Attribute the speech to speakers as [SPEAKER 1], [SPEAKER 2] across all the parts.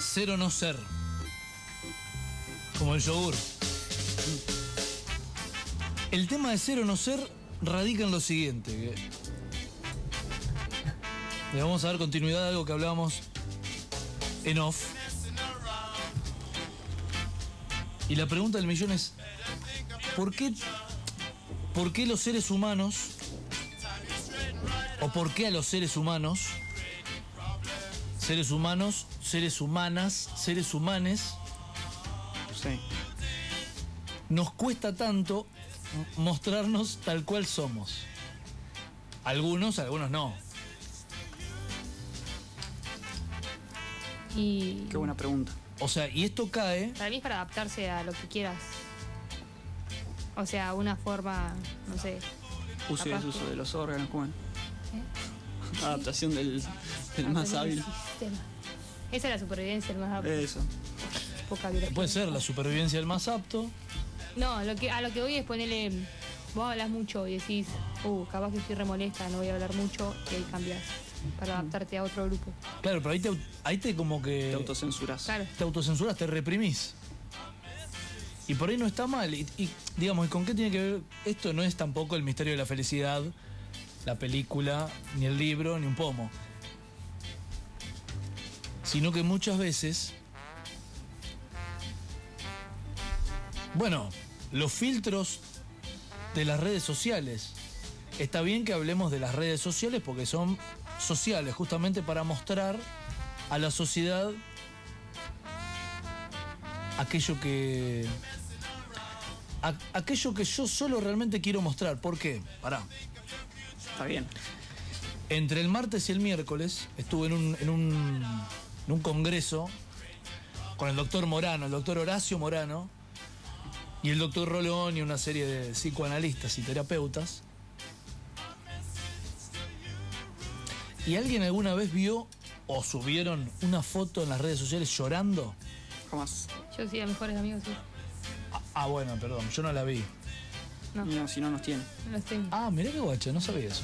[SPEAKER 1] ser o no ser. Como el yogur. El tema de ser o no ser radica en lo siguiente. que- Le vamos a dar continuidad a algo que hablábamos en off. Y la pregunta del millón es, ¿por qué, por qué los seres humanos, o por qué a los seres humanos, seres humanos, seres humanas, seres humanes,
[SPEAKER 2] Sí.
[SPEAKER 1] nos cuesta tanto mostrarnos tal cual somos. Algunos, algunos no.
[SPEAKER 3] Y
[SPEAKER 2] Qué buena pregunta.
[SPEAKER 1] O sea, y esto cae,
[SPEAKER 3] para mí es para adaptarse a lo que quieras. O sea, una forma, no sé.
[SPEAKER 2] Uso y
[SPEAKER 3] Capaz
[SPEAKER 2] desuso
[SPEAKER 3] que- ¿Eh?
[SPEAKER 2] de los órganos, ¿cómo es? Adaptación del, del
[SPEAKER 3] adaptarse
[SPEAKER 2] más
[SPEAKER 3] al
[SPEAKER 2] hábil. Eh,
[SPEAKER 3] sistema. Esa es la supervivencia, el más hábil.
[SPEAKER 2] Eso.
[SPEAKER 3] Poca biología.
[SPEAKER 1] puede ser la supervivencia del más apto.
[SPEAKER 3] No, lo que, a lo que voy es ponerle. Vos hablas mucho y decís, uh, capaz que estoy remolesta, no voy a hablar mucho, y ahí cambias para adaptarte a otro grupo.
[SPEAKER 1] Claro, pero ahí te, au- ahí te como que...
[SPEAKER 2] Te autocensuras.
[SPEAKER 3] Claro.
[SPEAKER 1] te autocensuras, te reprimís. Y por ahí no está mal. Y, y, digamos, ¿y con qué tiene que ver? Esto no es tampoco el misterio de la felicidad, la película, ni el libro, ni un pomo. Sino que muchas veces. Bueno, los filtros de las redes sociales. Está bien que hablemos de las redes sociales porque son sociales, justamente para mostrar a la sociedad aquello que. a- aquello que yo solo realmente quiero mostrar. ¿Por qué? Pará.
[SPEAKER 2] Está bien.
[SPEAKER 1] Entre el martes y el miércoles estuve en un, en un, en un congreso con el doctor Morano, el doctor Horacio Morano, y el doctor Roleón y una serie de psicoanalistas y terapeutas. ¿Y alguien alguna vez vio o subieron una foto en las redes sociales llorando?
[SPEAKER 2] Jamás.
[SPEAKER 3] Yo sí, a mejores amigos, sí.
[SPEAKER 1] Ah, ah, bueno, perdón, yo no la vi.
[SPEAKER 3] No.
[SPEAKER 2] No, si no nos tiene.
[SPEAKER 3] No los tengo.
[SPEAKER 1] Ah, mirá qué guacha, no sabía eso.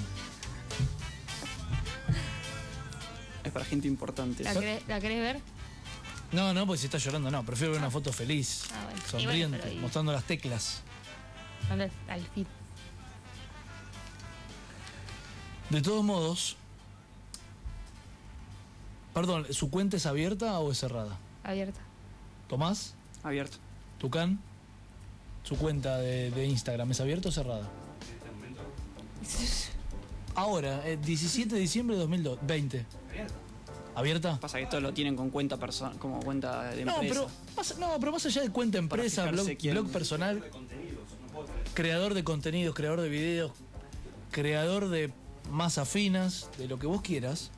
[SPEAKER 2] Es para gente importante.
[SPEAKER 3] ¿La, querés, la querés ver?
[SPEAKER 1] No, no, porque si está llorando, no. Prefiero ver una foto feliz,
[SPEAKER 3] Ah, bueno. Y bueno,
[SPEAKER 1] sonriente,
[SPEAKER 3] pero y-
[SPEAKER 1] mostrando las teclas.
[SPEAKER 3] Anda al- al fit.
[SPEAKER 1] De todos modos. Perdón, ¿su cuenta es abierta o es cerrada?
[SPEAKER 3] Abierta.
[SPEAKER 1] Tomás,
[SPEAKER 2] Abierto.
[SPEAKER 1] Tucán, ¿su cuenta de, de Instagram es abierta o cerrada? Ahora, eh, 17 de diciembre de 2020. ¿Abierta?
[SPEAKER 2] Pasa que esto lo tienen con cuenta perso- como cuenta de
[SPEAKER 1] No,
[SPEAKER 2] empresa.
[SPEAKER 1] pero más, no, pero más allá de cuenta empresa,
[SPEAKER 2] fijarse
[SPEAKER 1] blog,
[SPEAKER 2] quién-
[SPEAKER 1] blog personal, creador de contenidos, creador de videos, creador de masas finas, de lo que vos quieras.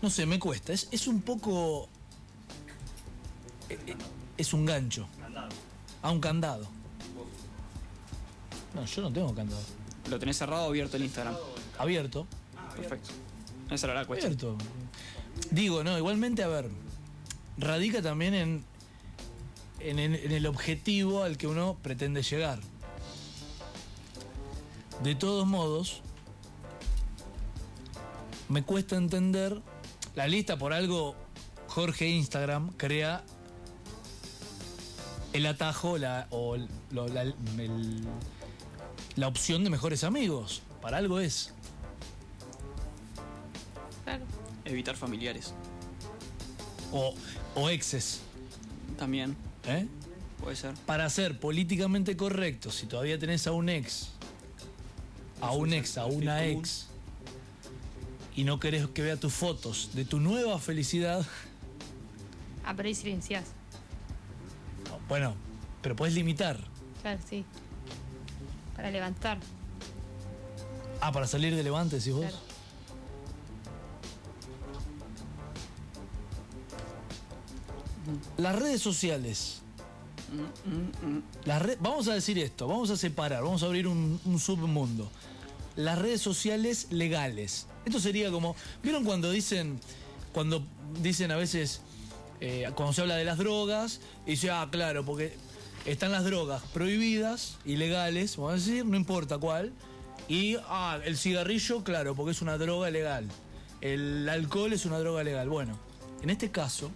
[SPEAKER 1] No sé, me cuesta. Es, es un poco. e- e- Es un gancho. A un candado. No, yo no tengo candado.
[SPEAKER 2] ¿Lo tenés cerrado o abierto en Instagram?
[SPEAKER 1] Abierto.
[SPEAKER 2] Perfecto. Esa era la cuestión.
[SPEAKER 1] Cierto. Digo, no, igualmente, a ver, radica también en, en, en- en el objetivo al que uno pretende llegar. De todos modos, me cuesta entender la lista por algo. Jorge Instagram crea el atajo la, o el- lo- la- el- la opción de mejores amigos. Para algo es.
[SPEAKER 3] Claro.
[SPEAKER 2] Evitar familiares.
[SPEAKER 1] O, o exes.
[SPEAKER 2] También
[SPEAKER 1] ¿eh?
[SPEAKER 2] puede ser.
[SPEAKER 1] Para ser políticamente correcto, si todavía tenés a un ex, a un ex, a una ex, y no querés que vea tus fotos de tu nueva felicidad,
[SPEAKER 3] Ah, pero ahí silenciás.
[SPEAKER 1] bueno, pero puedes limitar.
[SPEAKER 3] Claro, sí. Para levantar.
[SPEAKER 1] Ah, para salir de levante, decís vos.
[SPEAKER 3] Claro.
[SPEAKER 1] Las redes sociales. Las re- vamos a decir esto, vamos a separar, vamos a abrir un, un submundo. Las redes sociales legales. Esto sería como, ¿vieron cuando dicen, cuando dicen a veces, eh, cuando se habla de las drogas, y dice, ah, claro, porque están las drogas prohibidas, ilegales, vamos a decir, no importa cuál, y, ah, el cigarrillo, claro, porque es una droga legal. el alcohol es una droga legal. Bueno, en este caso,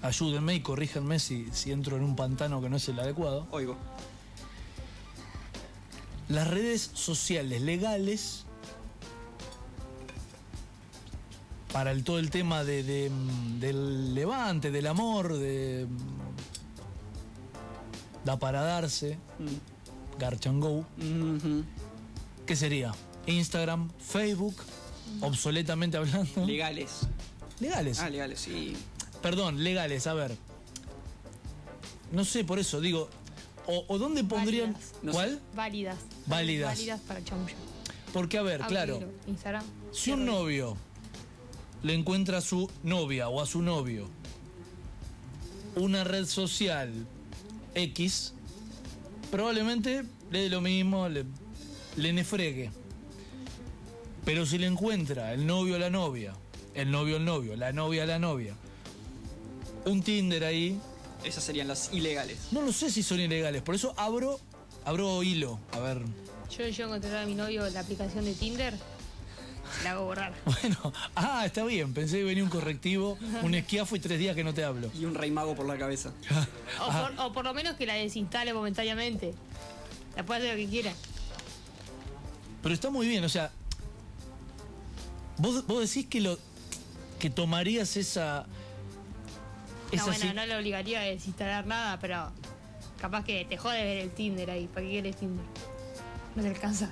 [SPEAKER 1] ayúdenme y corríjanme si, si entro en un pantano que no es el adecuado.
[SPEAKER 2] Oigo.
[SPEAKER 1] Las redes sociales legales para el, todo el tema de, de, mm, del levante, del amor, de mm, da para darse,
[SPEAKER 2] Mm.
[SPEAKER 1] Garchan Go.
[SPEAKER 2] Mhm.
[SPEAKER 1] ¿Qué sería? Instagram, Facebook, obsoletamente hablando.
[SPEAKER 2] Legales.
[SPEAKER 1] legales.
[SPEAKER 2] Ah, legales, sí.
[SPEAKER 1] Perdón, legales, a ver. No sé, por eso digo. ¿O, o dónde pondrían.
[SPEAKER 3] Válidas.
[SPEAKER 2] No sé.
[SPEAKER 1] ¿Cuál?
[SPEAKER 3] Válidas.
[SPEAKER 1] Válidas.
[SPEAKER 3] Válidas para chamullo.
[SPEAKER 1] Porque, a ver, claro.
[SPEAKER 3] Abrirlo. Instagram.
[SPEAKER 1] Si un
[SPEAKER 3] Cierro.
[SPEAKER 1] novio le encuentra a su novia o a su novio una red social X, probablemente le dé lo mismo, le, le nefregue. Pero si le encuentra el novio a la novia, el novio al novio, la novia a la novia, un Tinder ahí,
[SPEAKER 2] Esas serían las ilegales.
[SPEAKER 1] no lo sé si son ilegales, por eso abro, abro hilo. A ver,
[SPEAKER 3] Yo yo encontré a mi novio la aplicación de Tinder. La hago borrar.
[SPEAKER 1] bueno, ah, está bien, pensé que venía un correctivo, un esquiafo y tres días que no te hablo.
[SPEAKER 2] Y un rey mago por la cabeza.
[SPEAKER 3] O
[SPEAKER 1] Ah.
[SPEAKER 3] por, o por lo menos que la desinstale momentáneamente. La puede hacer lo que quiera.
[SPEAKER 1] Pero está muy bien, o sea. Vos, vos decís que lo. que tomarías esa.
[SPEAKER 3] No,
[SPEAKER 1] esa
[SPEAKER 3] bueno,
[SPEAKER 1] si-
[SPEAKER 3] no lo obligaría a desinstalar nada, pero capaz que te jode ver el Tinder ahí. ¿Para qué quieres Tinder? No te alcanza.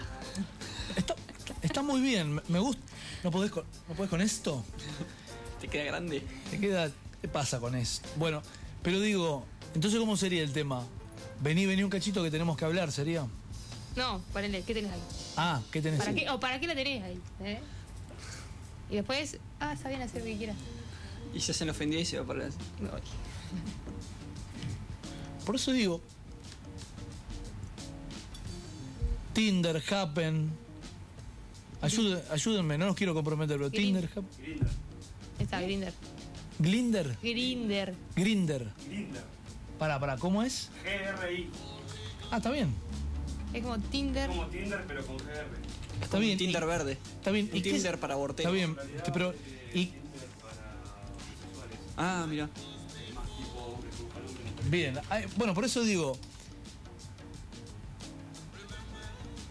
[SPEAKER 1] está, está muy bien, me- me gusta. ¿No podés con, ¿No podés con esto?
[SPEAKER 2] Te queda grande.
[SPEAKER 1] ¿Te queda. ¿Qué pasa con esto? Bueno, pero digo, entonces ¿cómo sería el tema? Vení, vení un cachito que tenemos que hablar, sería.
[SPEAKER 3] No, ponele, ¿qué tenés ahí?
[SPEAKER 1] Ah, ¿qué tenés?
[SPEAKER 3] ¿Para
[SPEAKER 1] ahí?
[SPEAKER 3] qué, ¿O para qué la tenés ahí? eh? Y después, ah, está bien hacer lo que quieras.
[SPEAKER 2] Y se hacen ofendidos y se va para atrás.
[SPEAKER 3] Me voy.
[SPEAKER 1] Por eso digo. Tinder, Happen. Ayude- ayúdenme, no los quiero comprometer, pero
[SPEAKER 3] Grind-
[SPEAKER 1] Tinder, Happen.
[SPEAKER 3] Está, Grinder.
[SPEAKER 1] Glinder.
[SPEAKER 3] Grinder.
[SPEAKER 1] Grinder.
[SPEAKER 4] Linda.
[SPEAKER 1] Para, para, ¿cómo es?
[SPEAKER 4] GRI.
[SPEAKER 1] Ah, está bien.
[SPEAKER 3] Es como Tinder.
[SPEAKER 4] Como Tinder, pero con GR.
[SPEAKER 1] Está
[SPEAKER 2] Como
[SPEAKER 1] bien.
[SPEAKER 2] Un Tinder
[SPEAKER 1] y-
[SPEAKER 2] verde.
[SPEAKER 1] Está bien.
[SPEAKER 2] Un
[SPEAKER 1] ¿Y qué es-
[SPEAKER 2] Tinder
[SPEAKER 1] Está
[SPEAKER 2] para aborteros.
[SPEAKER 1] bien. Pero. Y,
[SPEAKER 4] Tinder para homosexuales.
[SPEAKER 2] Ah, mira.
[SPEAKER 4] Más tipo hombre, su hombre, mujer.
[SPEAKER 1] bien. ay, Bueno, por eso digo.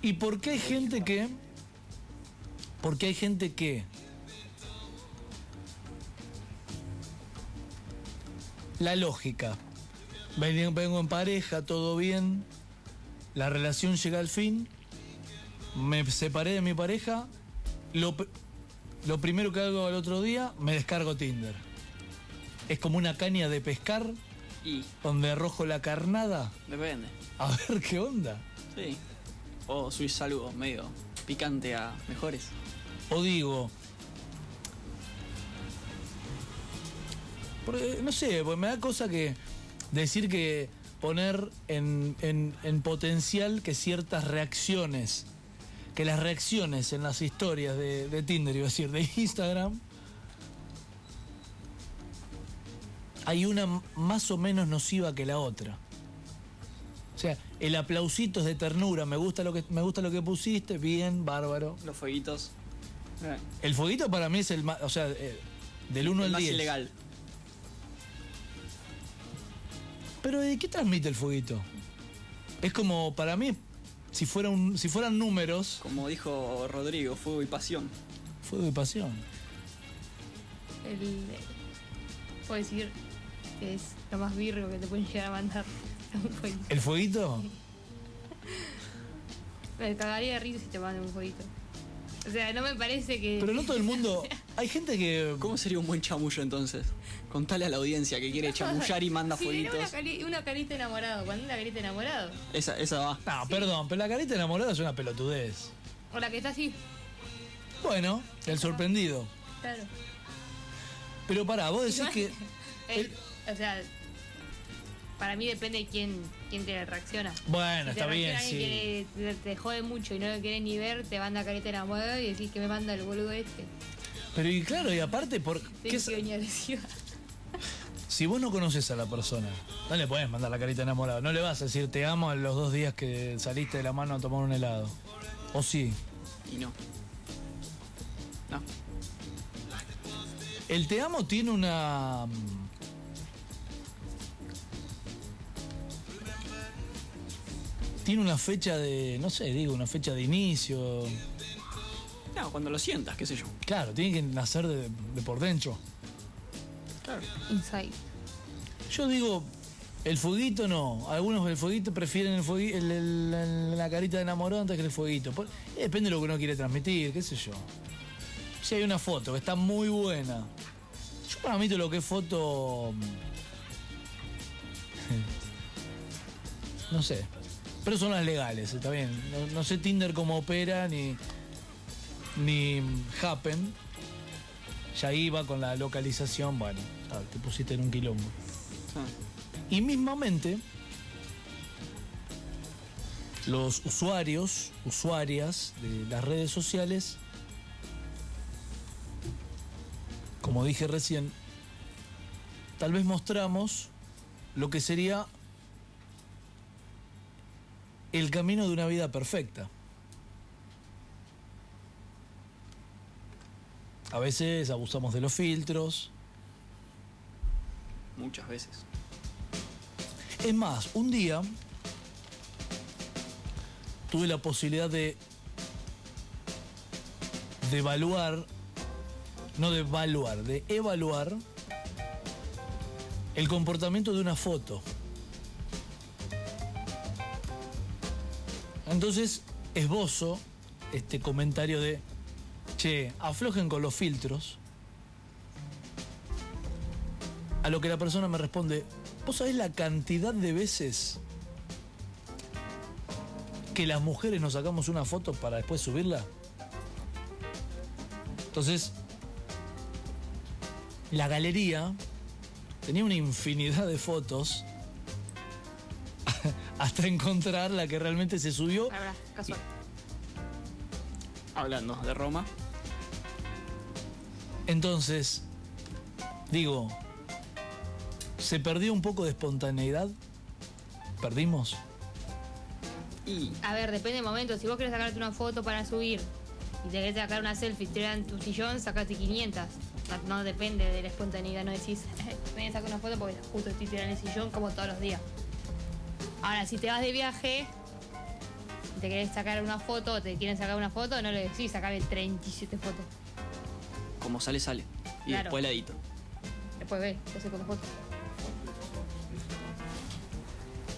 [SPEAKER 1] ¿Y por qué hay gente que. Porque hay gente que. La lógica. Ven- Vengo en pareja, todo bien. La relación llega al fin. Me separé de mi pareja. Lo, pr- lo primero que hago al otro día, me descargo Tinder. Es como una caña de pescar
[SPEAKER 2] Y
[SPEAKER 1] donde arrojo la carnada.
[SPEAKER 2] depende.
[SPEAKER 1] A ver qué onda.
[SPEAKER 2] Sí. O subís algo medio picante a mejores.
[SPEAKER 1] O digo. porque, eh, no sé, porque me da cosa que decir que poner en, en- en potencial que ciertas reacciones, que las reacciones en las historias de, de Tinder, iba a decir, de Instagram, hay una m- más o menos nociva que la otra. O sea, el aplausito es de ternura, me gusta lo que, me gusta lo que pusiste, bien, bárbaro.
[SPEAKER 2] Los fueguitos. Eh,
[SPEAKER 1] El fueguito para mí es el más. O sea, eh, del 1
[SPEAKER 2] el
[SPEAKER 1] al
[SPEAKER 2] más
[SPEAKER 1] 10.
[SPEAKER 2] ilegal.
[SPEAKER 1] Pero ¿de qué transmite el fueguito? Es como, para mí, si, fuera un- si fueran números,
[SPEAKER 2] Como dijo Rodrigo, fuego y pasión.
[SPEAKER 1] fuego y pasión.
[SPEAKER 3] El, eh, puedo decir que es lo más virgo que te pueden llegar a mandar. Un jueguito.
[SPEAKER 1] ¿El fueguito?
[SPEAKER 3] Me cagaría de risa si te mandan un jueguito. O sea, no me parece que.
[SPEAKER 1] Pero no todo el mundo. Hay gente que.
[SPEAKER 2] ¿Cómo sería un buen chamullo entonces? Contale a la audiencia que quiere chamullar y manda
[SPEAKER 3] Si viene
[SPEAKER 2] fueguitos.
[SPEAKER 3] Una, cari- una carita enamorado. Cuando una carita enamorado.
[SPEAKER 2] Esa, esa va.
[SPEAKER 1] No, perdón, pero la carita enamorada es una pelotudez.
[SPEAKER 3] O la que está así.
[SPEAKER 1] Bueno, el sorprendido.
[SPEAKER 3] Claro.
[SPEAKER 1] Pero pará, vos decís que.
[SPEAKER 3] El- o sea, para mí depende de quién, quién te reacciona.
[SPEAKER 1] Bueno,
[SPEAKER 3] Si te
[SPEAKER 1] está bien,
[SPEAKER 3] reacciona alguien
[SPEAKER 1] sí.
[SPEAKER 3] que te, te jode mucho y no lo querés ni ver, te manda careta enamorado y decís que me manda el boludo este.
[SPEAKER 1] Pero y claro, y aparte, por,
[SPEAKER 3] Te
[SPEAKER 1] ¿qué
[SPEAKER 3] que
[SPEAKER 1] es-
[SPEAKER 3] soñar encima.
[SPEAKER 1] si vos no conoces a la persona, no le podés mandar la carita enamorada. No le vas a decir te amo en los dos días que saliste de la mano a tomar un helado. ¿O sí?
[SPEAKER 2] Y no. No.
[SPEAKER 1] El Te Amo tiene una. mm, Tiene una fecha de. No sé, digo, una fecha de inicio.
[SPEAKER 2] No, cuando lo sientas, qué sé yo.
[SPEAKER 1] Claro, tiene que nacer de, de por dentro.
[SPEAKER 2] Claro.
[SPEAKER 3] Inside.
[SPEAKER 1] Yo digo, el fueguito no. Algunos el fueguito prefieren el fuegui- el- el- el- la carita de enamorado antes que el fueguito. Por- eh, depende de lo que uno quiere transmitir, qué sé yo. Si hay una foto que está muy buena. Yo para mí todo lo que es foto... mm, no sé. Pero son las legales, está bien. No, no sé Tinder cómo opera ni... Ni mm, Happen. Ya iba con la localización, bueno, ya te pusiste en un quilombo.
[SPEAKER 2] Ah,
[SPEAKER 1] Y mismamente, los usuarios, usuarias de las redes sociales, como dije recién, tal vez mostramos lo que sería el camino de una vida perfecta. A veces abusamos de los filtros,
[SPEAKER 2] muchas veces.
[SPEAKER 1] Es más, un día tuve la posibilidad de, de evaluar, no de evaluar, de evaluar el comportamiento de una foto. Entonces esbozo este comentario de, che, aflojen con los filtros. A lo que la persona me responde, ¿vos sabés la cantidad de veces que las mujeres nos sacamos una foto para después subirla? Entonces, la galería tenía una infinidad de fotos hasta encontrar la que realmente se subió.
[SPEAKER 3] La verdad, casual.
[SPEAKER 2] Hablando de Roma,
[SPEAKER 1] Entonces, digo, ¿se perdió un poco de espontaneidad? ¿Perdimos?
[SPEAKER 2] y
[SPEAKER 3] A ver, depende del momento. Si vos querés sacarte una foto para subir y te querés sacar una selfie, te dan tu sillón, sacate 500. No, no depende de la espontaneidad. No decís, ven, saca una foto porque justo estoy tirando en el sillón como todos los días. Ahora, si te vas de viaje, te querés sacar una foto o te quieren sacar una foto, no le decís, sacame 37 fotos.
[SPEAKER 2] como sale, sale. Y
[SPEAKER 3] Claro.
[SPEAKER 2] después la edito.
[SPEAKER 3] Después ve, yo sé con las fotos.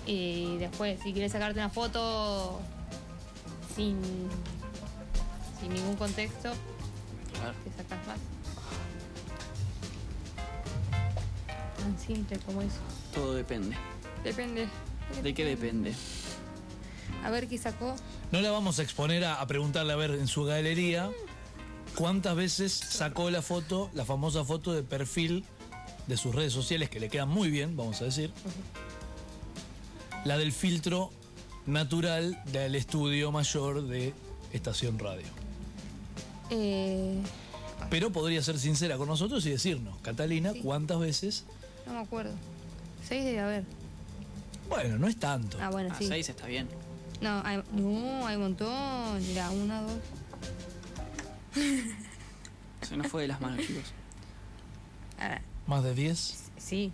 [SPEAKER 3] Y después, si quieres sacarte una foto sin, sin ningún contexto,
[SPEAKER 2] Claro.
[SPEAKER 3] te sacas más. Tan simple como eso.
[SPEAKER 2] Todo depende.
[SPEAKER 3] Depende.
[SPEAKER 2] ¿De qué depende?
[SPEAKER 3] A ver qué sacó.
[SPEAKER 1] No la vamos a exponer a, a preguntarle a ver en su galería cuántas veces sacó la foto, la famosa foto de perfil de sus redes sociales, que le quedan muy bien, vamos a decir. La del filtro natural del estudio mayor de Estación Radio.
[SPEAKER 3] Eh,
[SPEAKER 1] Pero podría ser sincera con nosotros y decirnos, Catalina,
[SPEAKER 3] Sí.
[SPEAKER 1] cuántas veces.
[SPEAKER 3] no me acuerdo. Seis debe haber.
[SPEAKER 1] Bueno, no es tanto.
[SPEAKER 3] Ah, bueno,
[SPEAKER 2] A
[SPEAKER 3] sí.
[SPEAKER 2] 6 está bien.
[SPEAKER 3] No, hay, no, hay un montón. Mira, una, dos.
[SPEAKER 2] Se nos fue de las manos, chicos.
[SPEAKER 3] Ah,
[SPEAKER 1] Más de 10.
[SPEAKER 3] Sí.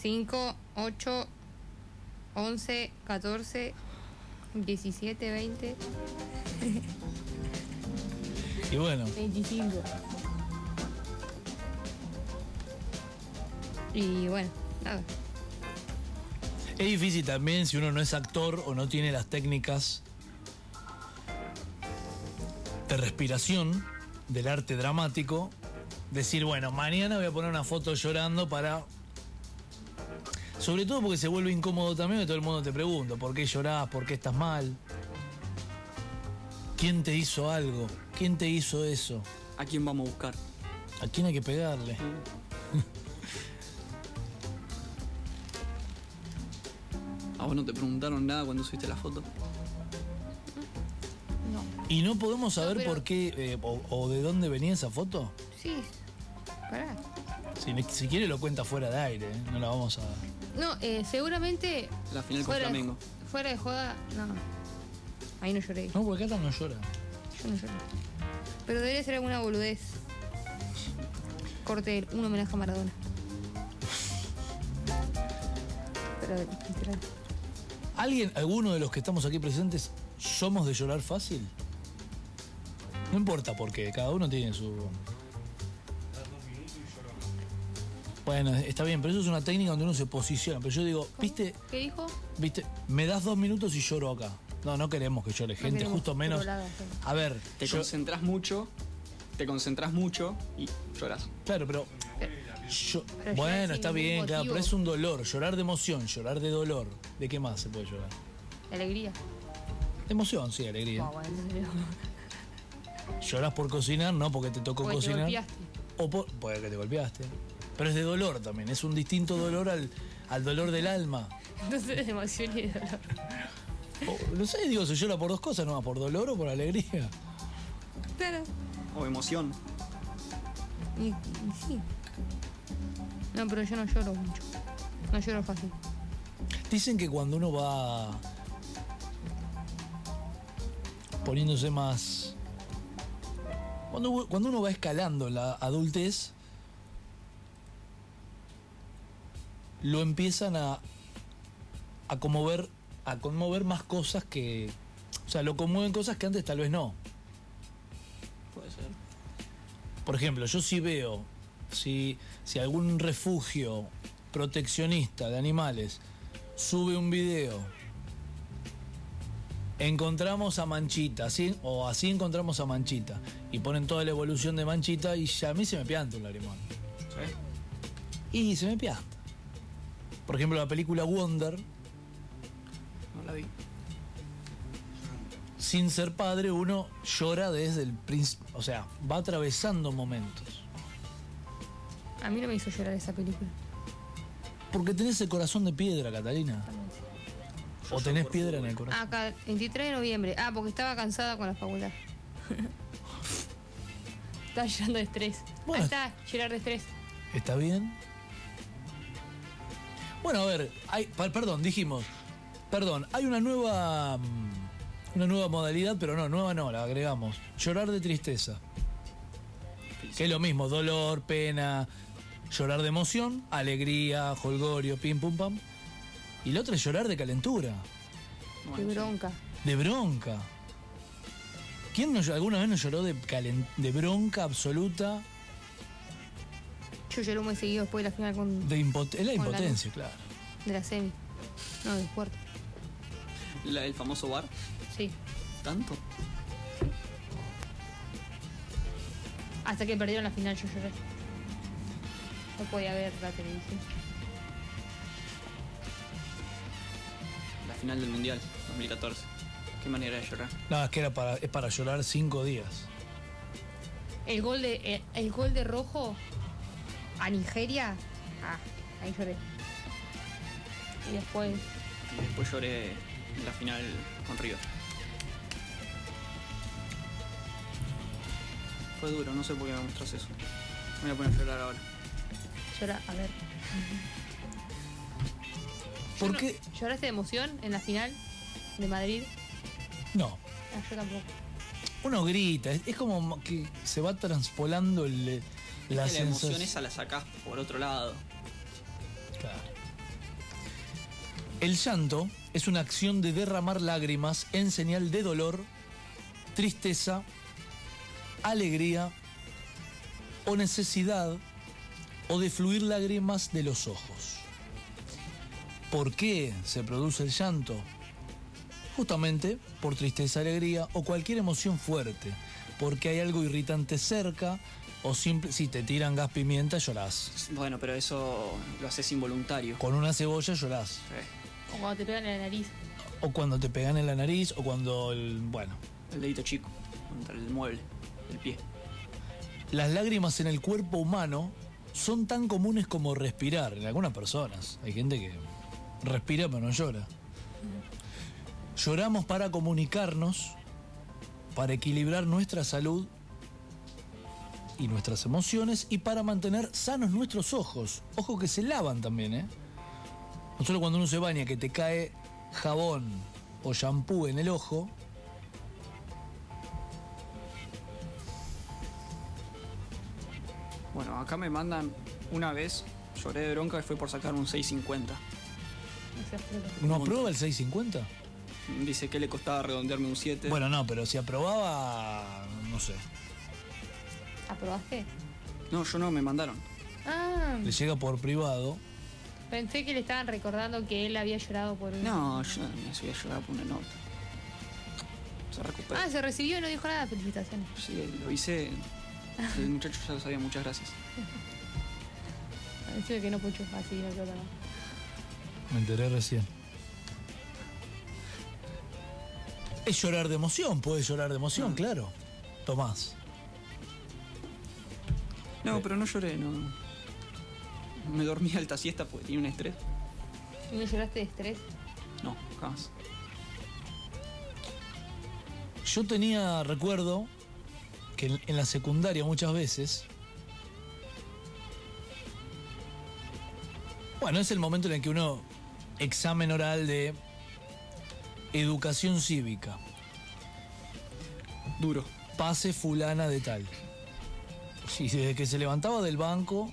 [SPEAKER 3] 5, 8, 11, 14, 17, 20,
[SPEAKER 1] Y bueno,
[SPEAKER 3] 25. Y bueno, nada.
[SPEAKER 1] Es difícil también si uno no es actor o no tiene las técnicas de respiración del arte dramático, decir, bueno, mañana voy a poner una foto llorando para... Sobre todo porque se vuelve incómodo también que todo el mundo te pregunta, ¿por qué llorás? ¿Por qué estás mal? ¿Quién te hizo algo? ¿Quién te hizo eso?
[SPEAKER 2] ¿A quién vamos a buscar?
[SPEAKER 1] ¿A quién hay que pegarle?
[SPEAKER 2] ¿A vos no te preguntaron nada cuando subiste la foto?
[SPEAKER 3] No.
[SPEAKER 1] ¿Y no podemos saber
[SPEAKER 3] pero-
[SPEAKER 1] por qué eh, o- o de dónde venía esa foto?
[SPEAKER 3] Sí. Pará.
[SPEAKER 1] Si, si quiere lo cuenta fuera de aire, ¿eh? no la vamos a...
[SPEAKER 3] No, eh, seguramente.
[SPEAKER 2] La final con
[SPEAKER 3] fuera de-
[SPEAKER 2] Flamengo.
[SPEAKER 3] fuera de joda, no. Ahí no lloré.
[SPEAKER 1] No, porque acá no llora.
[SPEAKER 3] No sé. Pero debería ser alguna boludez. Corte un homenaje a Maradona. Pero, literal.
[SPEAKER 1] ¿Alguien, alguno de los que estamos aquí presentes, somos de llorar fácil? No importa porque cada uno tiene su. Bueno, está bien, pero eso es una técnica donde uno se posiciona. Pero yo digo,
[SPEAKER 3] ¿Cómo?
[SPEAKER 1] viste,
[SPEAKER 3] ¿Qué dijo?
[SPEAKER 1] viste, me das dos minutos y lloro acá. No, no queremos que llore gente,
[SPEAKER 3] queremos
[SPEAKER 1] justo menos.
[SPEAKER 3] llorar, gente.
[SPEAKER 1] A ver,
[SPEAKER 2] Te
[SPEAKER 1] yo-
[SPEAKER 2] concentras mucho, te concentras mucho y lloras.
[SPEAKER 1] claro, pero. yo-
[SPEAKER 3] llorar
[SPEAKER 1] bueno,
[SPEAKER 3] sin
[SPEAKER 1] está
[SPEAKER 3] ningún
[SPEAKER 1] bien, claro,
[SPEAKER 3] motivo.
[SPEAKER 1] pero es un dolor. Llorar de emoción, llorar de dolor. ¿De qué más se puede llorar?
[SPEAKER 3] La alegría.
[SPEAKER 1] De emoción, sí, alegría.
[SPEAKER 3] No, bueno, no sé.
[SPEAKER 1] Lloras por cocinar, no porque te tocó
[SPEAKER 3] Porque te
[SPEAKER 1] cocinar.
[SPEAKER 3] golpeaste.
[SPEAKER 1] O por, puede que te golpeaste. Pero es de dolor también, es un distinto dolor al, al dolor del alma.
[SPEAKER 3] Entonces es emoción y dolor.
[SPEAKER 1] O, no sé, digo, se llora por dos cosas, no, por dolor o por alegría.
[SPEAKER 3] Claro.
[SPEAKER 2] O emoción.
[SPEAKER 3] Y, y sí. No, pero yo no lloro mucho. No lloro fácil.
[SPEAKER 1] Dicen que cuando uno va poniéndose más... Cuando, cuando uno va escalando la adultez, lo empiezan a, a conmover, a conmover más cosas que... O sea, lo conmueven cosas que antes tal vez no.
[SPEAKER 2] Puede ser.
[SPEAKER 1] Por ejemplo, yo sí veo si, si algún refugio proteccionista de animales sube un video, encontramos a Manchita, así, o así encontramos a Manchita, y ponen toda la evolución de Manchita y ya a mí se me pianta un lagrimón.
[SPEAKER 2] ¿Sí?
[SPEAKER 1] Y se me pianta. Por ejemplo, la película Wonder,
[SPEAKER 2] No la vi.
[SPEAKER 1] sin ser padre uno llora desde el principio, o sea, va atravesando momentos.
[SPEAKER 3] A mí no me hizo llorar esa película.
[SPEAKER 1] Porque tenés el corazón de piedra, Catalina. O tenés piedra en el corazón.
[SPEAKER 3] Ah, acá, 23 de noviembre. Ah, porque estaba cansada con la facultad. estaba llorando de estrés.
[SPEAKER 1] Bueno.
[SPEAKER 3] Ahí está, llorar de estrés.
[SPEAKER 1] ¿Está bien? Bueno, a ver, hay, pa- perdón, dijimos, perdón, hay una nueva, mm, una nueva modalidad, pero no, nueva no, la agregamos, llorar de tristeza, que es lo mismo, dolor, pena, llorar de emoción, alegría, jolgorio, pim, pum, pam, y la otra es llorar de calentura,
[SPEAKER 3] Qué
[SPEAKER 2] Bueno, sí.
[SPEAKER 3] bronca.
[SPEAKER 1] de bronca. ¿Quién no, ll- alguna vez no lloró de, calen- de bronca absoluta,
[SPEAKER 3] Yo lloré muy seguido después de la final con,
[SPEAKER 1] de impoten- es la
[SPEAKER 3] Con la
[SPEAKER 1] impotencia, claro?
[SPEAKER 3] de la semi. No, del cuarto.
[SPEAKER 2] La- el famoso bar.
[SPEAKER 3] Sí.
[SPEAKER 2] ¿Tanto?
[SPEAKER 3] Hasta que perdieron la final yo lloré. No podía ver la televisión.
[SPEAKER 2] La final del Mundial 2014. Qué manera de llorar.
[SPEAKER 1] No, es que era para, es para llorar cinco días.
[SPEAKER 3] El gol de, el, el gol de rojo a Nigeria. Ah, ahí lloré. Y después.
[SPEAKER 2] Y después lloré en la final con River. Fue duro, no sé por qué me mostras eso. Me voy a poner a llorar ahora.
[SPEAKER 3] Llora, a ver.
[SPEAKER 1] ¿Por
[SPEAKER 3] Lloro-
[SPEAKER 1] qué?
[SPEAKER 3] ¿Lloraste de emoción en la final de Madrid?
[SPEAKER 1] No,
[SPEAKER 3] Ah, yo tampoco.
[SPEAKER 1] uno grita, es, es como que se va transpolando el, la
[SPEAKER 2] Es que la
[SPEAKER 1] sensación.
[SPEAKER 2] emoción esa la sacás por otro lado.
[SPEAKER 1] Claro. El llanto es una acción de derramar lágrimas en señal de dolor, tristeza, alegría o necesidad o de fluir lágrimas de los ojos. ¿Por qué se produce el llanto? Justamente por tristeza, alegría o cualquier emoción fuerte, porque hay algo irritante cerca o simple, si te tiran gas pimienta llorás,
[SPEAKER 2] Bueno, pero eso lo haces involuntario.
[SPEAKER 1] con una cebolla llorás.
[SPEAKER 2] Eh,
[SPEAKER 3] O cuando te pegan en la nariz.
[SPEAKER 1] O cuando te pegan en la nariz, o cuando el. Bueno.
[SPEAKER 2] El dedito chico contra el mueble, el pie.
[SPEAKER 1] Las lágrimas en el cuerpo humano son tan comunes como respirar en algunas personas. Hay gente que respira pero no llora. Lloramos para comunicarnos, para equilibrar nuestra salud y nuestras emociones y para mantener sanos nuestros ojos. Ojos que se lavan también, ¿eh? No solo cuando uno se baña, que te cae jabón o shampoo en el ojo,
[SPEAKER 2] Bueno, acá me mandan una vez, lloré de bronca y fue por sacar un 650.
[SPEAKER 3] No se explica.
[SPEAKER 1] ¿No
[SPEAKER 2] Un
[SPEAKER 1] aprueba el 650?
[SPEAKER 2] Dice que le costaba redondearme un 7.
[SPEAKER 1] Bueno, no, pero si aprobaba, no sé.
[SPEAKER 3] ¿Aprobaste?
[SPEAKER 2] No, yo no, me mandaron.
[SPEAKER 3] Ah,
[SPEAKER 1] Le llega por privado.
[SPEAKER 3] pensé que le estaban recordando que él había llorado por un.
[SPEAKER 2] No, yo no me voy a llorar por una nota. Se recupera.
[SPEAKER 1] pues.
[SPEAKER 3] Ah, se recibió y no dijo nada. Felicitaciones.
[SPEAKER 2] Sí, lo hice. El muchacho ya lo sabía, muchas gracias.
[SPEAKER 3] Decime que no pucho así, no quiero nada.
[SPEAKER 1] Me enteré recién. Es llorar de emoción, puedes llorar de emoción, claro. Tomás.
[SPEAKER 2] No, pero no lloré, no. Me dormí alta siesta porque tenía un estrés.
[SPEAKER 3] ¿Y no lloraste de estrés?
[SPEAKER 2] No, jamás.
[SPEAKER 1] Yo tenía recuerdo que en- en la secundaria muchas veces. Bueno, es el momento en el que uno. Examen oral de educación cívica.
[SPEAKER 2] Duro.
[SPEAKER 1] Pase fulana de tal. Y desde que se levantaba del banco.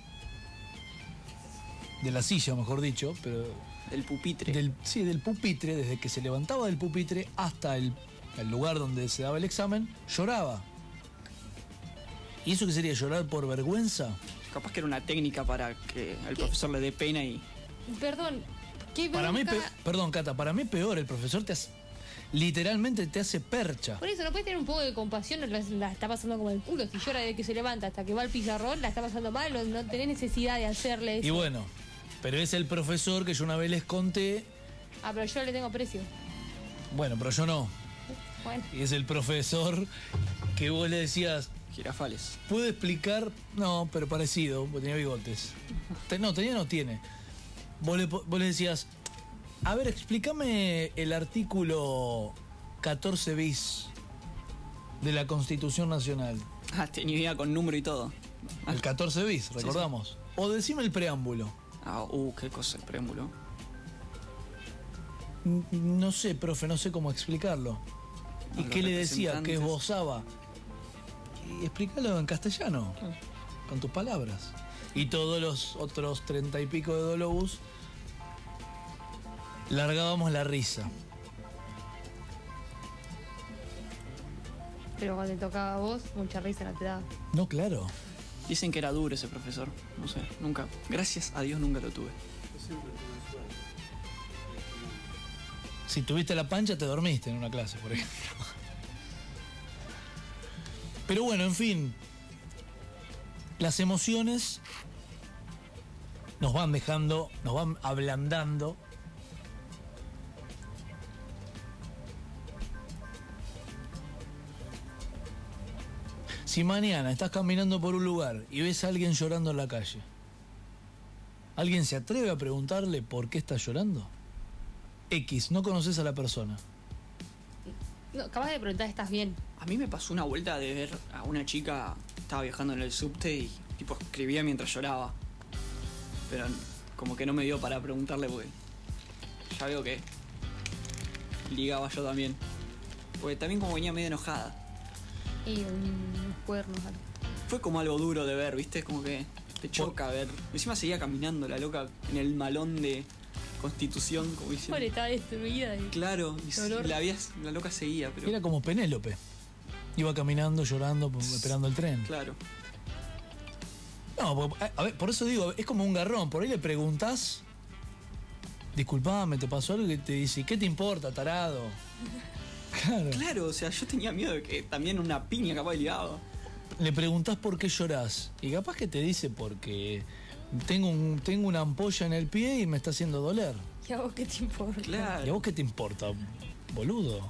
[SPEAKER 1] De la silla, mejor dicho, pero
[SPEAKER 2] Del pupitre.
[SPEAKER 1] Del, sí, del pupitre, desde que se levantaba del pupitre hasta el, el lugar donde se daba el examen, lloraba. ¿Y eso qué sería? ¿Llorar por vergüenza?
[SPEAKER 2] Capaz que era una técnica para que al profesor le dé pena y.
[SPEAKER 3] Perdón, ¿qué
[SPEAKER 1] Para mí,
[SPEAKER 3] bronca?
[SPEAKER 1] pe- perdón, Cata, para mí peor, el profesor te hace, literalmente te hace percha.
[SPEAKER 3] Por eso, ¿no puedes tener un poco de compasión? La, la está pasando como el culo. Si llora desde que se levanta hasta que va al pizarrón, la está pasando mal. No, no tenés necesidad de hacerle eso.
[SPEAKER 1] Y bueno, pero es el profesor que yo una vez les conté,
[SPEAKER 3] Ah, pero yo le tengo precio.
[SPEAKER 1] bueno, pero yo no,
[SPEAKER 3] Bueno,
[SPEAKER 1] y es el profesor que vos le decías,
[SPEAKER 2] Girafales.
[SPEAKER 1] ¿Puedo explicar? No, pero parecido, porque tenía bigotes. Te- no, tenía no tiene. Vos le, po- vos le decías, a ver, explícame el artículo 14 bis de la Constitución Nacional.
[SPEAKER 2] Ah, tenía idea con número y todo. Ah,
[SPEAKER 1] El 14 bis, recordamos. O decime el preámbulo.
[SPEAKER 2] ah, uh, qué cosa el preámbulo.
[SPEAKER 1] N- No sé, profe, no sé cómo explicarlo. ¿Y
[SPEAKER 2] A
[SPEAKER 1] qué
[SPEAKER 2] los
[SPEAKER 1] le decía? Que
[SPEAKER 2] representantes.
[SPEAKER 1] esbozaba. Y explícalo en castellano, con tus palabras. Y todos los otros treinta y pico de Dolobus largábamos la risa.
[SPEAKER 3] pero cuando te tocaba a vos, mucha risa no te daba.
[SPEAKER 1] No, claro.
[SPEAKER 2] Dicen que era duro ese profesor. No sé, nunca. Gracias a Dios nunca lo tuve.
[SPEAKER 1] Si tuviste la pancha, te dormiste en una clase, por ejemplo. Pero bueno, en fin. Las emociones nos van dejando, nos van ablandando. Si mañana estás caminando por un lugar y ves a alguien llorando en la calle, ¿alguien se atreve a preguntarle por qué está llorando? X, no conoces a la persona.
[SPEAKER 3] No, capaz de preguntar, ¿estás bien?
[SPEAKER 2] A mí me pasó una vuelta de ver a una chica, estaba viajando en el subte y tipo escribía mientras lloraba. Pero n- como que no me dio para preguntarle porque ya veo que ligaba yo también. Porque también como venía medio enojada.
[SPEAKER 3] Y unos cuernos. algo.
[SPEAKER 2] Fue como algo duro de ver, ¿viste? Como que te choca ver. Encima seguía caminando la loca en el malón de Constitución, como dicen.
[SPEAKER 3] Pobre, estaba destruida. y-
[SPEAKER 2] Claro, y s-
[SPEAKER 3] Dolor.
[SPEAKER 2] la, había- la loca seguía, pero...
[SPEAKER 1] Era como Penélope. Iba caminando, llorando, p- esperando el tren.
[SPEAKER 2] Claro.
[SPEAKER 1] No, po- a- a ver, por eso digo, es como un garrón. Por ahí le preguntás, disculpame, te pasó algo y te dice, ¿qué te importa, tarado? Claro.
[SPEAKER 2] Claro, o sea, yo tenía miedo de que también una piña capaz ligaba.
[SPEAKER 1] Le preguntás por qué llorás. Y capaz que te dice porque tengo, un, tengo una ampolla en el pie y me está haciendo doler.
[SPEAKER 3] ¿Y a vos qué te importa?
[SPEAKER 1] ¿Y a
[SPEAKER 2] Claro.
[SPEAKER 1] vos qué te importa, boludo?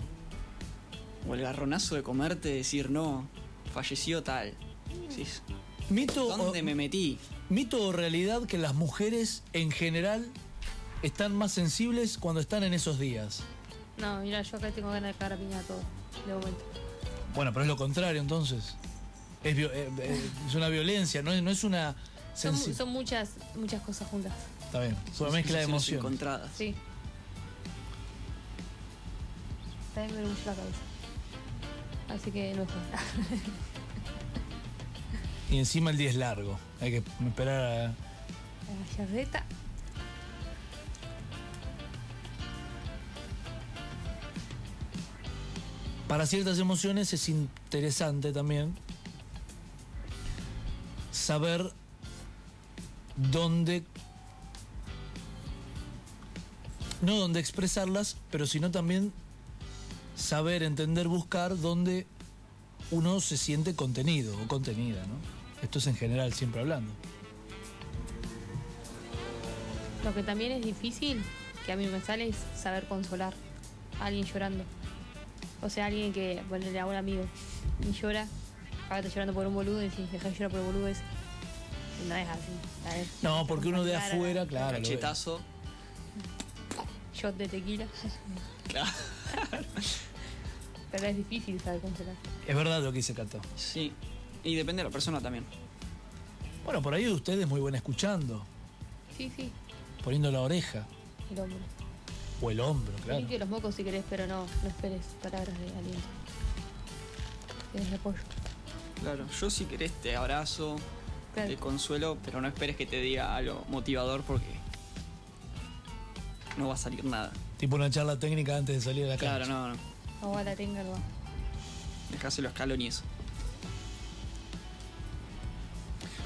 [SPEAKER 2] O el garronazo de comerte decir no, falleció tal. Decís,
[SPEAKER 1] Mito o-
[SPEAKER 2] ¿Dónde me metí?
[SPEAKER 1] Mito o realidad que las mujeres en general están más sensibles cuando están en esos días.
[SPEAKER 3] No, mira, yo acá tengo ganas de cagar a piña a todo. De momento.
[SPEAKER 1] Bueno, pero es lo contrario entonces. Es, vio- eh, eh, es una violencia, no es, no es una
[SPEAKER 3] Son, mu-
[SPEAKER 1] sensi-
[SPEAKER 3] son muchas, muchas cosas juntas.
[SPEAKER 1] Está bien, es una mezcla de
[SPEAKER 2] Sensaciones
[SPEAKER 1] emociones.
[SPEAKER 2] encontradas.
[SPEAKER 3] Sí. También me mucho la cabeza. Así que no está.
[SPEAKER 1] y encima el 10 largo. Hay que esperar
[SPEAKER 3] La gallardeta.
[SPEAKER 1] a- Para ciertas emociones es interesante también saber dónde... No dónde expresarlas, pero sino también saber, entender, buscar dónde uno se siente contenido o contenida, ¿no? Esto es en general, siempre hablando.
[SPEAKER 3] Lo que también es difícil, que a mí me sale, es saber consolar a alguien llorando. O sea, alguien que, ponerle a un amigo y llora, acá está llorando por un boludo y decís, dejá de llorar por el boludo ese. Y No es así. ¿sabes?
[SPEAKER 1] No, porque uno de
[SPEAKER 3] Cara,
[SPEAKER 1] afuera, claro. lo ve.
[SPEAKER 2] Cachetazo.
[SPEAKER 3] Shot de tequila.
[SPEAKER 2] Claro.
[SPEAKER 3] Pero es difícil saber consolar.
[SPEAKER 1] Es verdad lo que dice Cato.
[SPEAKER 2] Sí. Y depende de la persona también.
[SPEAKER 1] Bueno, por ahí usted es muy buena escuchando,
[SPEAKER 3] Sí, sí,
[SPEAKER 1] poniendo la oreja
[SPEAKER 3] el hombro.
[SPEAKER 1] o el hombro,
[SPEAKER 3] Te
[SPEAKER 1] claro.
[SPEAKER 3] limpio los mocos si querés, pero no, no esperes palabras de aliento. Tienes apoyo.
[SPEAKER 2] Claro. Yo si querés te abrazo,
[SPEAKER 3] Claro.
[SPEAKER 2] te consuelo, pero no esperes que te diga algo motivador porque no va a salir nada.
[SPEAKER 1] Tipo una charla técnica antes de salir a la
[SPEAKER 2] Claro,
[SPEAKER 1] cancha.
[SPEAKER 2] no, no.
[SPEAKER 3] Ojalá tenga algo.
[SPEAKER 2] Dejáselo a escalón y eso.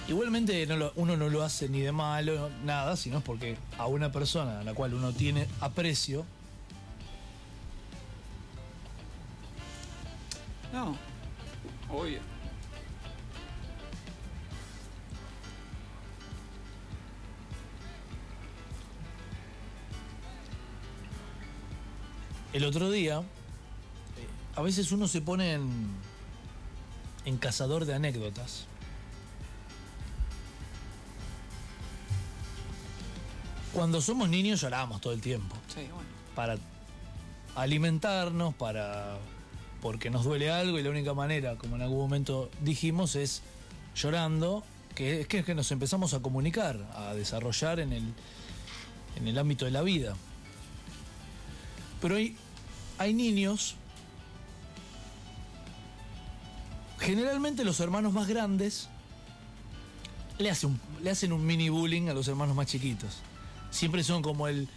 [SPEAKER 1] Igualmente no lo- uno no lo hace ni de malo, nada, sino es porque a una persona a la cual uno tiene aprecio,
[SPEAKER 2] No. Obvio.
[SPEAKER 1] el otro día, eh, a veces uno se pone en, en cazador de anécdotas. Cuando somos niños lloramos todo el tiempo.
[SPEAKER 2] Sí, bueno.
[SPEAKER 1] para alimentarnos, para porque nos duele algo y la única manera, como en algún momento dijimos, es llorando, que es que, es que nos empezamos a comunicar, a desarrollar en el, en el ámbito de la vida. Pero hay, hay niños, generalmente los hermanos más grandes, le, hace un- le hacen un mini bullying a los hermanos más chiquitos. Siempre son como el,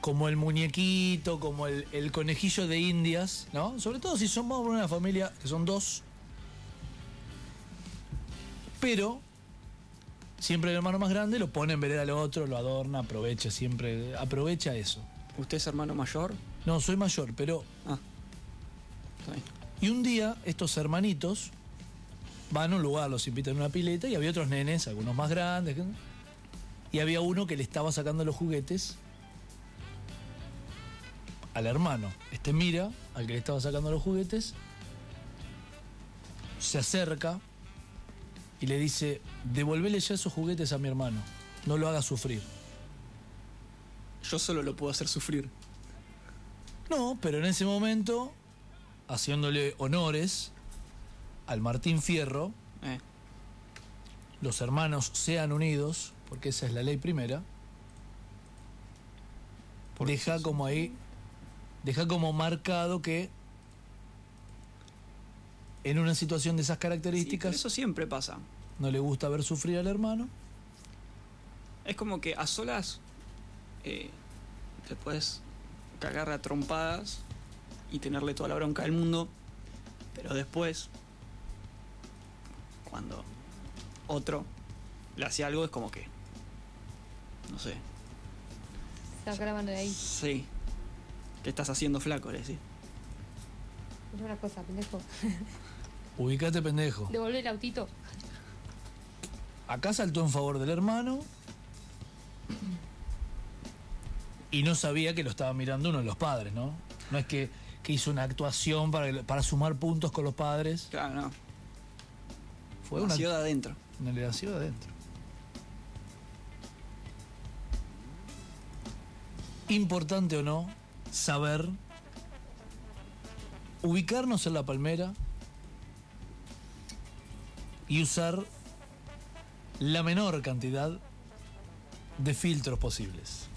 [SPEAKER 1] como el muñequito, como el, el conejillo de indias, ¿no? Sobre todo si somos una familia que son dos. Pero siempre el hermano más grande lo pone en vereda al otro, lo adorna, aprovecha siempre, aprovecha eso.
[SPEAKER 2] ¿Usted es hermano mayor?
[SPEAKER 1] No, soy mayor, pero
[SPEAKER 2] Ah. Está bien.
[SPEAKER 1] Y un día estos hermanitos van a un lugar, los invitan a una pileta y había otros nenes, algunos más grandes. que- Y había uno que le estaba sacando los juguetes al hermano. Este mira al que le estaba sacando los juguetes, se acerca y le dice, devolvele ya esos juguetes a mi hermano, no lo haga sufrir.
[SPEAKER 2] Yo solo lo puedo hacer sufrir.
[SPEAKER 1] No, pero en ese momento, haciéndole honores al Martín Fierro,
[SPEAKER 2] Eh.
[SPEAKER 1] los hermanos sean unidos, porque esa es la ley primera, deja como ahí, deja como marcado que en una situación de esas
[SPEAKER 2] Sí, pero
[SPEAKER 1] características
[SPEAKER 2] eso siempre pasa.
[SPEAKER 1] no le gusta ver sufrir al hermano.
[SPEAKER 2] Es como que a solas eh, te puedes cagar a trompadas y tenerle toda la bronca del mundo, pero después, cuando otro le hace algo, es como que. No sé.
[SPEAKER 3] Saca la mano de ahí.
[SPEAKER 2] Sí. Te estás haciendo flaco, le decís.
[SPEAKER 3] Es una cosa, pendejo.
[SPEAKER 1] Ubicate, pendejo.
[SPEAKER 3] Devolver el autito.
[SPEAKER 1] Acá saltó en favor del hermano y no sabía que lo estaba mirando uno de los padres, ¿no? No es que, que hizo una actuación para, para sumar puntos con los padres.
[SPEAKER 2] Claro, no.
[SPEAKER 1] Fue una,
[SPEAKER 2] Nació de adentro.
[SPEAKER 1] No le nació adentro. Importante o no, saber ubicarnos en la palmera y usar la menor cantidad de filtros posibles.